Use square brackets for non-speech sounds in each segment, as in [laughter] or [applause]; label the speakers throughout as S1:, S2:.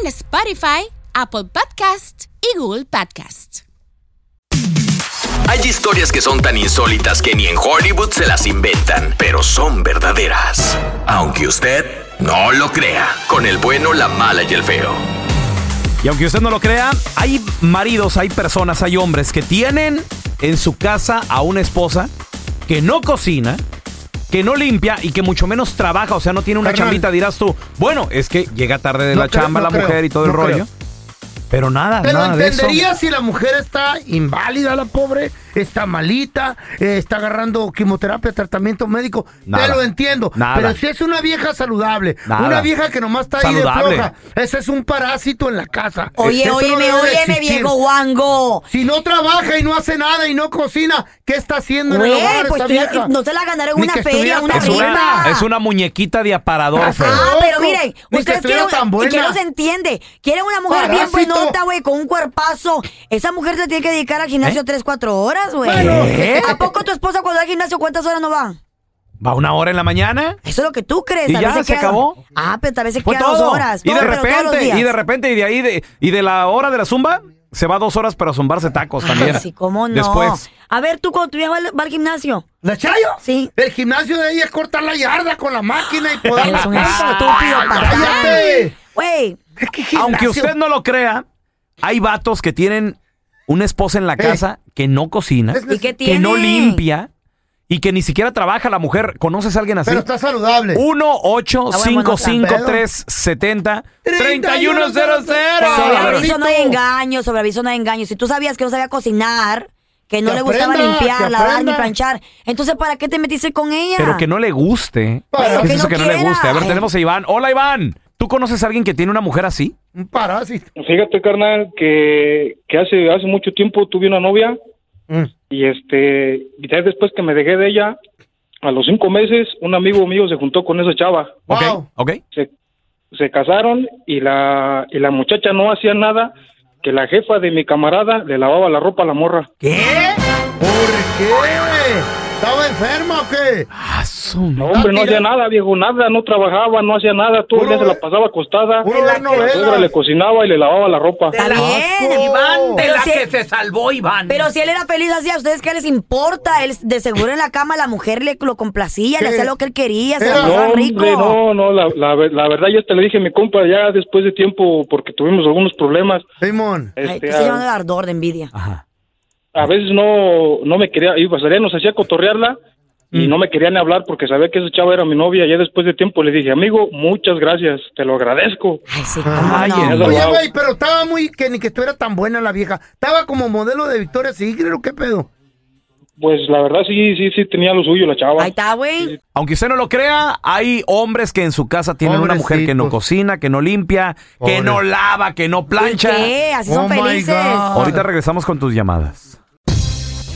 S1: en Spotify, Apple Podcast y Google Podcast.
S2: Hay historias que son tan insólitas que ni en Hollywood se las inventan, pero son verdaderas. Aunque usted no lo crea, con el bueno, la mala y el feo.
S3: Y aunque usted no lo crea, hay maridos, hay personas, hay hombres que tienen en su casa a una esposa que no cocina, que no limpia y que mucho menos trabaja, o sea, no tiene una
S4: Carnal.
S3: chambita, dirás tú, bueno, es que llega tarde de
S4: No
S3: la
S4: creo,
S3: chamba
S4: no
S3: la
S4: creo,
S3: mujer y todo el
S4: no
S3: rollo.
S4: creo.
S3: Pero nada,
S4: Te lo
S3: nada Ah, de eso.
S4: entendería si la mujer está inválida, la pobre, está malita, eh, está agarrando quimioterapia, tratamiento médico.
S3: Nada.
S4: Te lo entiendo.
S3: Nada.
S4: Pero si es una vieja saludable,
S3: Nada.
S4: una vieja que nomás está
S3: Saludable.
S4: ahí de floja, ese es un parásito en la casa.
S5: Oye,
S4: Eso no debe
S5: óyeme,
S4: de
S5: óyeme,
S4: existir.
S5: viejo guango.
S4: Si no trabaja y no hace nada y no cocina, ¿qué está haciendo en el
S5: Güey,
S4: hogar
S5: pues
S4: esta
S5: tú ya-
S4: vieja?
S5: no se la ganaron en
S4: Ni
S5: una
S4: que
S5: feria,
S4: estuviera
S5: una
S3: Es una,
S5: rifa.
S3: es una muñequita de aparador,
S4: Ah,
S3: feo.
S5: Ah, pero
S4: Loco,
S5: miren,
S4: ni que
S5: ustedes
S4: estuviera
S5: quieren
S4: tan
S5: y que
S4: buena.
S5: no se entiende. Quieren una mujer bien
S4: Parásito.
S5: buenota, güey, con un cuerpazo. Esa mujer se tiene que dedicar al gimnasio
S3: ¿Eh?
S5: tres, 3, 4 horas, güey.
S4: Bueno.
S5: ¿Eh? ¿A poco tu esposa cuando va al gimnasio cuántas horas no va?
S3: Va una hora en la mañana.
S5: Eso es lo que tú crees.
S3: Y
S5: a
S3: ya,
S5: veces
S3: se
S5: queda-
S3: acabó.
S5: Ah, pero a veces
S3: Fue
S5: queda
S3: todo.
S5: dos horas.
S3: y de
S5: todo, pero todos los
S3: repente,
S5: días.
S3: y de repente, y de ahí, de, y de la hora de la zumba, se va dos horas para zumbarse tacos también.
S5: Ay, Ah, sí, cómo no.
S3: Después.
S5: A ver, tú cuando tu vieja va al, va al gimnasio.
S4: ¿La Chayo?
S5: Sí.
S3: [laughs]
S4: El gimnasio de ella es cortar la yarda con la máquina y poder...
S5: Eres un estúpido
S3: Ah,
S4: Ay,
S5: patán.
S4: cállate.
S5: Güey,
S4: Es que gimnasio-
S3: Aunque usted no lo crea, hay vatos que tienen una esposa en la casa que no cocina,
S4: Es-
S5: ¿y qué tiene?
S3: que no limpia y que ni siquiera trabaja la mujer. ¿Conoces a alguien así?
S4: Pero está saludable.
S3: 1 8
S5: Ah, bueno,
S3: 5
S5: no
S4: tan
S3: 5
S4: pedo.
S3: 3 70 31
S4: 31
S3: 00
S5: Sobre
S4: Ahora sí,
S5: aviso no hay
S4: tú.
S5: engaño, sobre aviso no hay engaño. Si tú sabías que no sabía cocinar, que no
S4: Que
S5: le gustaba
S4: aprenda, que
S5: limpiar, lavar ni
S4: aprenda.
S5: planchar, entonces ¿para qué te metiste con ella?
S3: Pero que no le guste.
S4: Pero
S3: ¿Qué es
S5: que
S3: eso
S5: no
S3: que no le
S5: quiera.
S3: guste? A ver,
S5: Ay.
S3: tenemos a Iván. Hola, Iván. ¿Tú conoces a alguien que tiene una mujer así?
S4: Un parásito.
S6: Pues Fíjate, carnal, que, que hace, hace mucho tiempo tuve una novia
S4: Mm.
S6: y este, y ya después que me dejé de ella, a los cinco meses, un amigo mío se juntó con esa chava.
S4: Wow.
S3: ¿Ok? ¿Ok?
S6: Se, se casaron y la, y la muchacha no hacía nada que la jefa de mi camarada le lavaba la ropa a la morra.
S4: ¿Qué? ¿Por qué? ¿Estaba enferma o qué?
S3: Ah, su
S6: No,
S3: ma-
S6: hombre, no
S4: Ah, mira.
S6: hacía nada, viejo, nada, no trabajaba, no hacía nada, todo el día se la pasaba acostada.
S4: Puro ver
S6: La suegra le
S4: novelas.
S6: cocinaba y le lavaba la ropa.
S5: Está bien.
S4: Asco. Iván, de
S5: pero si,
S3: se salvó, Iván.
S5: pero si él era feliz así, ¿a ustedes qué les importa? Él de seguro en la cama la mujer le lo complacía, le
S4: ¿Qué?
S5: hacía lo que él quería, se
S4: Era-
S5: la
S6: No,
S5: pasaba
S6: hombre,
S5: rico.
S6: no, no, la, la, ver- la verdad yo te le dije a mi compa ya después de tiempo porque tuvimos algunos problemas.
S4: Simón.
S5: Ay,
S6: Este,
S5: te estoy llevando de
S6: a,
S5: ardor, de envidia.
S3: Ajá.
S6: a veces no, no me quería, y pasaría, nos hacía cotorrearla
S5: Mm.
S6: y no me quería ni hablar porque sabía que esa chava era mi novia. Ya después de tiempo le dije, amigo, muchas gracias, te lo agradezco.
S5: Ay, sí,
S4: Ah.
S5: cómo
S3: Ay,
S5: no.
S3: el-
S4: Oye,
S6: Wow.
S4: güey, pero estaba muy... Que ni que estuviera tan buena la vieja. Estaba como modelo de Victoria Secret o qué pedo.
S6: Pues la verdad sí, sí, sí tenía lo suyo la chava.
S5: Ahí está, güey.
S3: Aunque usted no lo crea, hay hombres que en su casa tienen una mujer que no
S4: Pobrecitos.
S3: cocina, que no limpia, que
S4: Pobre.
S3: no lava, que no plancha.
S5: ¿Qué? Así son
S4: Oh my
S5: felices.
S4: God.
S3: Ahorita regresamos con tus llamadas.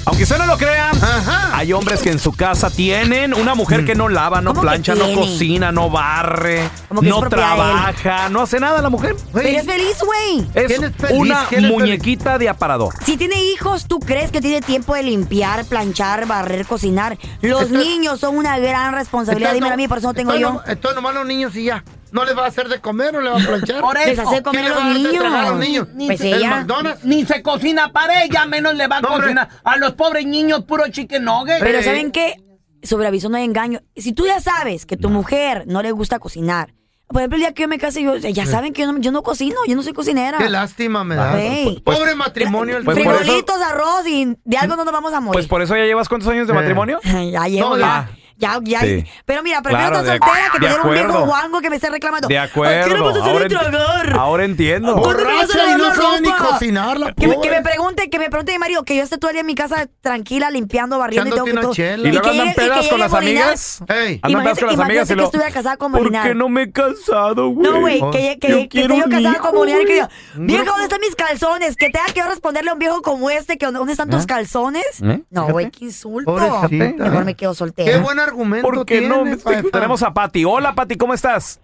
S3: Aunque usted no lo crea,
S4: Ajá.
S3: hay hombres que en su casa tienen una mujer que
S7: Mm.
S3: no lava, no
S5: ¿Cómo que
S3: plancha, no
S5: tiene?
S3: cocina, no barre,
S5: Como que es
S3: no
S5: propiedad de él.
S3: trabaja, no hace nada la mujer.
S5: Pero es feliz, güey.
S3: Es
S4: ¿Quién es feliz?
S3: una
S4: ¿Quién es feliz?
S3: muñequita de aparador.
S5: Si tiene hijos, ¿tú crees que tiene tiempo de limpiar, planchar, barrer, cocinar? Los
S4: Está-
S5: niños son una gran responsabilidad. Dímelo a mí, por eso no tengo yo.
S4: Esto nomás los niños y ya. ¿No les va a hacer de comer o le va a planchar?
S7: Por
S5: Les hace
S4: ¿Qué
S5: comer
S4: le
S5: a los
S4: va a hacer tragar a los
S5: niños.
S4: niños?
S5: Pues
S4: ¿El
S5: ella.
S4: McDonald's?
S7: Ni se cocina para ella, menos le va a
S4: No, hombre.
S7: cocinar. A los pobres niños, puro chicken nugget.
S5: Pero
S4: Eh.
S5: ¿saben qué? Sobre aviso no hay engaño. Si tú ya sabes que tu mujer no le gusta cocinar, Por ejemplo, el día que yo me case, yo, ya saben que yo no, yo no cocino, yo no soy cocinera.
S4: Qué lástima me da.
S5: Ey.
S4: Pobre matrimonio el
S3: Pues por eso-
S5: Frijolitos, arroz y de algo no nos vamos a morir.
S3: Pues por eso ya llevas cuántos años de
S4: Eh.
S3: matrimonio?
S5: [laughs] ya llevo,
S4: No,
S3: ya.
S5: ya. Ya, ya.
S3: Sí.
S5: Pero mira, prefiero
S3: Claro, de-
S5: estar soltera que
S3: de
S5: tener un viejo
S3: acuerdo.
S5: guango que me esté reclamando.
S3: De
S5: "Ay, ¿Qué no
S3: acuerdo.
S5: vas a hacer
S3: Ahora, Ah,
S5: de tragar?
S3: enti- ahora entiendo.
S5: ¿Cuándo me vas a
S4: Borracha y
S5: lavar
S4: no
S5: la
S4: sabe ni
S5: ropa?
S4: cocinar la
S5: que me,
S4: pobre.
S5: que me pregunte, que me pregunte mi marido, que yo esté todo el día en mi casa tranquila, limpiando, barriendo
S4: Echándote
S5: y tengo que
S4: una
S5: todo.
S4: chela.
S3: Y luego
S5: que
S3: andan
S5: llegue- y que
S3: pedas con
S5: llegue
S3: las
S5: Molinar.
S3: amigas.
S4: Ey.
S3: Andan pedas con las amigas y
S5: Imagínate- imagínate
S3: lo.
S5: que estuviera casada con
S3: ¿Por
S5: Molinar?
S3: qué no me he casado, güey?
S5: No, güey,
S4: Oh.
S5: que, que,
S3: Yo
S5: que,
S3: quiero
S5: esté yo
S3: un
S5: casada
S3: hijo,
S5: con Molinar y que diga,
S3: güey.
S5: vieja, ¿dónde están mis calzones? Que tenga que yo responderle a un viejo como este, que ¿dónde están tus calzones?
S3: ¿Eh?
S5: No, güey, qué insulto.
S4: Pobrecita.
S5: Mejor me quedo soltera.
S4: Qué buen argumento
S3: ¿Por qué
S6: [laughs]
S3: no?
S4: tienes, Faifa.
S3: Tenemos a Pati. Hola, Pati, ¿cómo estás?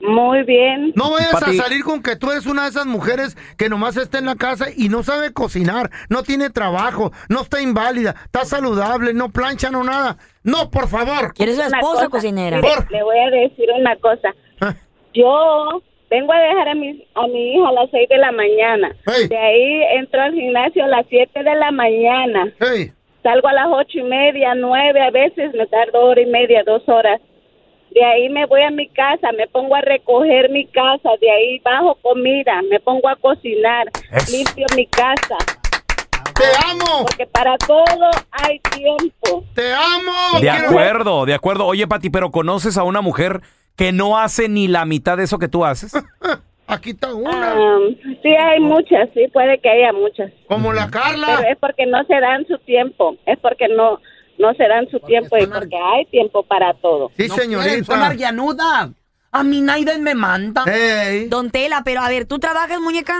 S8: Muy bien.
S4: No vayas
S3: Pati.
S4: a salir con que tú eres una de esas mujeres que nomás está en la casa y no sabe cocinar, no tiene trabajo, no está inválida, está saludable, no plancha, no nada. No, por favor. [laughs]
S5: ¿Quieres una
S8: Una
S5: esposa
S8: cosa,
S5: cocinera?
S8: mire,
S4: Por-
S8: Le voy a decir una cosa.
S4: Ah,
S8: Yo vengo a dejar a mi, a mi hijo a las 6 de la mañana.
S4: Ey.
S8: De ahí entro al gimnasio a las 7 de la mañana.
S4: Hey,
S8: Salgo a las ocho y media, nueve, a veces me tardo hora y media, dos horas. De ahí me voy a mi casa, me pongo a recoger mi casa, de ahí bajo comida, me pongo a cocinar,
S3: Eso.
S8: limpio mi casa,
S4: te amo,
S8: porque para todo hay tiempo.
S4: te
S3: De
S4: amo. Quiero-
S3: acuerdo, de acuerdo. Oye, Pati, pero ¿conoces a una mujer que no hace ni la mitad de eso que tú haces?
S4: Aquí está una,
S8: Ah, sí hay muchas, sí puede que haya muchas,
S4: como la
S8: pero
S4: Carla.
S8: es porque no se dan su tiempo, es porque no no se dan su tiempo y porque hay tiempo para todo.
S5: eh,
S4: Sí,
S7: No quieren, Son
S4: señorita. Eh.
S7: argianudas. A mí Naiden me manda.
S4: Ey.
S5: Don Tela, pero a ver, ¿tú trabajas, muñeca?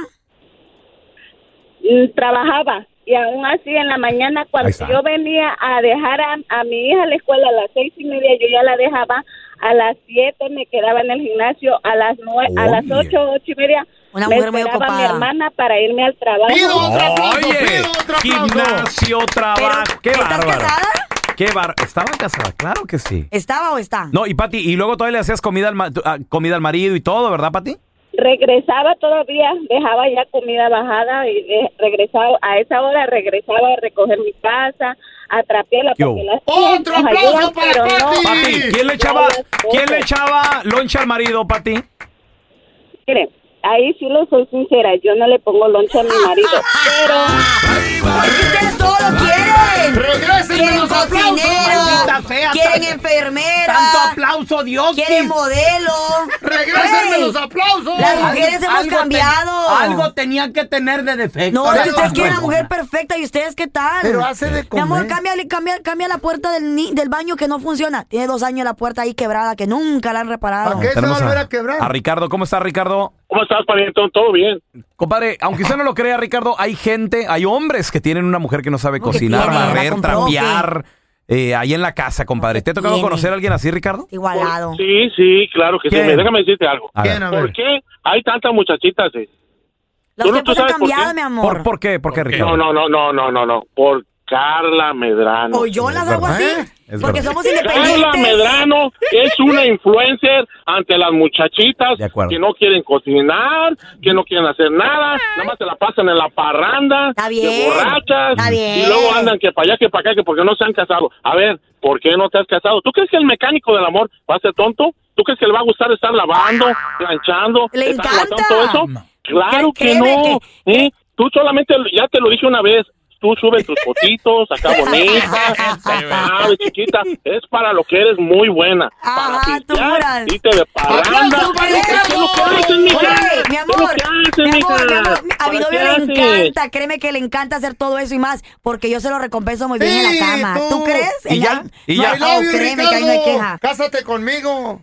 S8: Mm, trabajaba y aún así en la mañana
S3: Ahí
S8: cuando
S3: está.
S8: yo venía a dejar a, a mi hija a la escuela a las seis y media yo ya la dejaba a las siete me quedaba en el gimnasio a las nueve a
S3: Oye.
S8: las ocho ocho y media
S5: Una
S8: me
S5: mujer muy
S8: esperaba mi
S5: ocupada.
S8: hermana para irme al trabajo
S4: Pido [laughs] otro aplauso,
S3: Oye,
S4: pido otro aplauso.
S3: gimnasio,
S4: Ah,
S3: trabajo. Qué
S5: ¿Estás
S3: bárbaro.
S5: casada?
S3: Qué bar... Estaba casada, claro que sí.
S5: ¿Estaba o está?
S3: No, y Pati, y luego todavía le hacías comida al, ma- tu- ah, comida al marido y todo, ¿verdad, Pati?
S8: regresaba todavía dejaba ya comida bajada y de- regresaba a esa hora regresaba a recoger mi casa a trapearla
S3: ¿Qué
S8: porque
S3: hubo?
S8: las
S4: Otro
S8: nos
S4: aplauso
S8: ayudan,
S4: para
S8: pero
S4: Pati.
S8: no,
S3: Pati, ¿quién le echaba,
S8: Ya las
S3: ¿quién le
S8: cosas.
S3: echaba loncha al marido, Pati?
S8: Mire, ahí sí lo soy sincera, yo no le pongo loncha a mi marido, pero
S5: Porque ustedes todo lo quieren.
S4: Regrésenme
S5: Quieren
S4: Pues los aplausos.
S7: maldita
S5: cocinero,
S7: sea.
S5: quieren
S7: Tanto
S5: enfermera,
S7: aplauso, Dios.
S5: quieren modelo.
S4: Regrésenme
S5: Ey,
S4: los aplausos.
S5: Las mujeres hemos cambiado.
S7: algo tenía que tener de defecto.
S5: No, es que
S4: Pero-
S5: ustedes quieren la
S7: Bueno,
S5: mujer perfecta y ustedes qué tal.
S4: Pero hace de
S5: Mi amor,
S4: comer.
S5: cámbiale, cambia, cambia la puerta del, ni- del baño que no funciona. Tiene dos años la puerta ahí quebrada que nunca la han reparado.
S4: ¿Para qué se va a
S3: Tenemos
S4: volver a quebrar?
S3: A Ricardo, ¿cómo está Ricardo?
S9: ¿Cómo estás, parientón? ¿Todo bien?
S3: Compadre, aunque usted no lo crea, Ricardo, hay gente, hay hombres que tienen una mujer que no sabe
S5: ¿Cómo que
S3: cocinar,
S5: tiene? La
S3: barrer,
S5: compró,
S3: trapear, eh, ahí en la casa, compadre.
S5: que
S3: ¿Te ha tocado
S5: tiene?
S3: conocer a alguien así, Ricardo?
S5: Igualado.
S9: Sí, sí, claro que
S3: ¿Quién?
S9: sí. Mira, Déjame decirte algo.
S3: A
S4: ¿Quién?
S3: ver,
S4: A
S9: ¿Por
S4: ver.
S9: qué hay tantas muchachitas? eh?
S5: Los
S9: Tú no-
S5: tiempos
S9: tú
S5: han
S9: sabes por qué.
S5: cambiado, mi amor.
S3: ¿Por, por qué? ¿Por qué, Ricardo?
S9: No, no, no, no, no, no, no. Por Carla Medrano.
S5: o yo las
S3: es
S5: hago así.
S3: verdad, ¿eh? Es
S5: Porque
S3: verdad.
S5: somos
S9: Carla
S5: independientes.
S9: Medrano es una influencer ante las muchachitas
S3: De acuerdo.
S9: que no quieren cocinar, que no quieren hacer nada, nada más se la pasan en la parranda,
S5: Está bien,
S9: de borrachas,
S5: está bien.
S9: y luego andan que para allá, que para acá, que porque no se han casado. A ver, ¿por qué no te has casado? ¿Tú crees que el mecánico del amor va a ser tonto? ¿Tú crees que le va a gustar estar lavando, planchando,
S5: Le
S9: estar
S5: encanta.
S9: aguantando todo eso? Claro
S5: Cre-
S9: que
S5: créeme
S9: no.
S5: que-
S9: ¿eh? Tú solamente, ya te lo dije una vez, tú subes tus
S5: [laughs]
S9: fotitos acá bonita, sabe, chiquita, es para lo que eres muy buena.
S5: Ajá,
S9: para
S5: Ah, tú juras.
S9: pistear, irte de parranda.
S4: ¡Aplausos para
S9: ¿Qué es lo que haces,
S5: Oye,
S9: mija?
S5: mi amor,
S9: ¿Qué es lo que haces,
S5: mi
S9: mija?
S5: amor, mi amor, a mi
S9: ¿Para
S5: novio
S9: qué
S5: le
S9: haces?
S5: encanta, créeme que le encanta hacer todo eso y más, porque yo se lo recompenso muy bien en
S4: Sí,
S5: la cama. ¿Tú,
S4: tú.
S5: crees?
S3: Y
S5: En
S3: ya,
S5: la-
S3: y
S4: I
S3: ya.
S5: No,
S4: love you,
S5: créeme que Oh, ahí no hay
S4: Ricardo.
S5: queja.
S4: Cásate conmigo.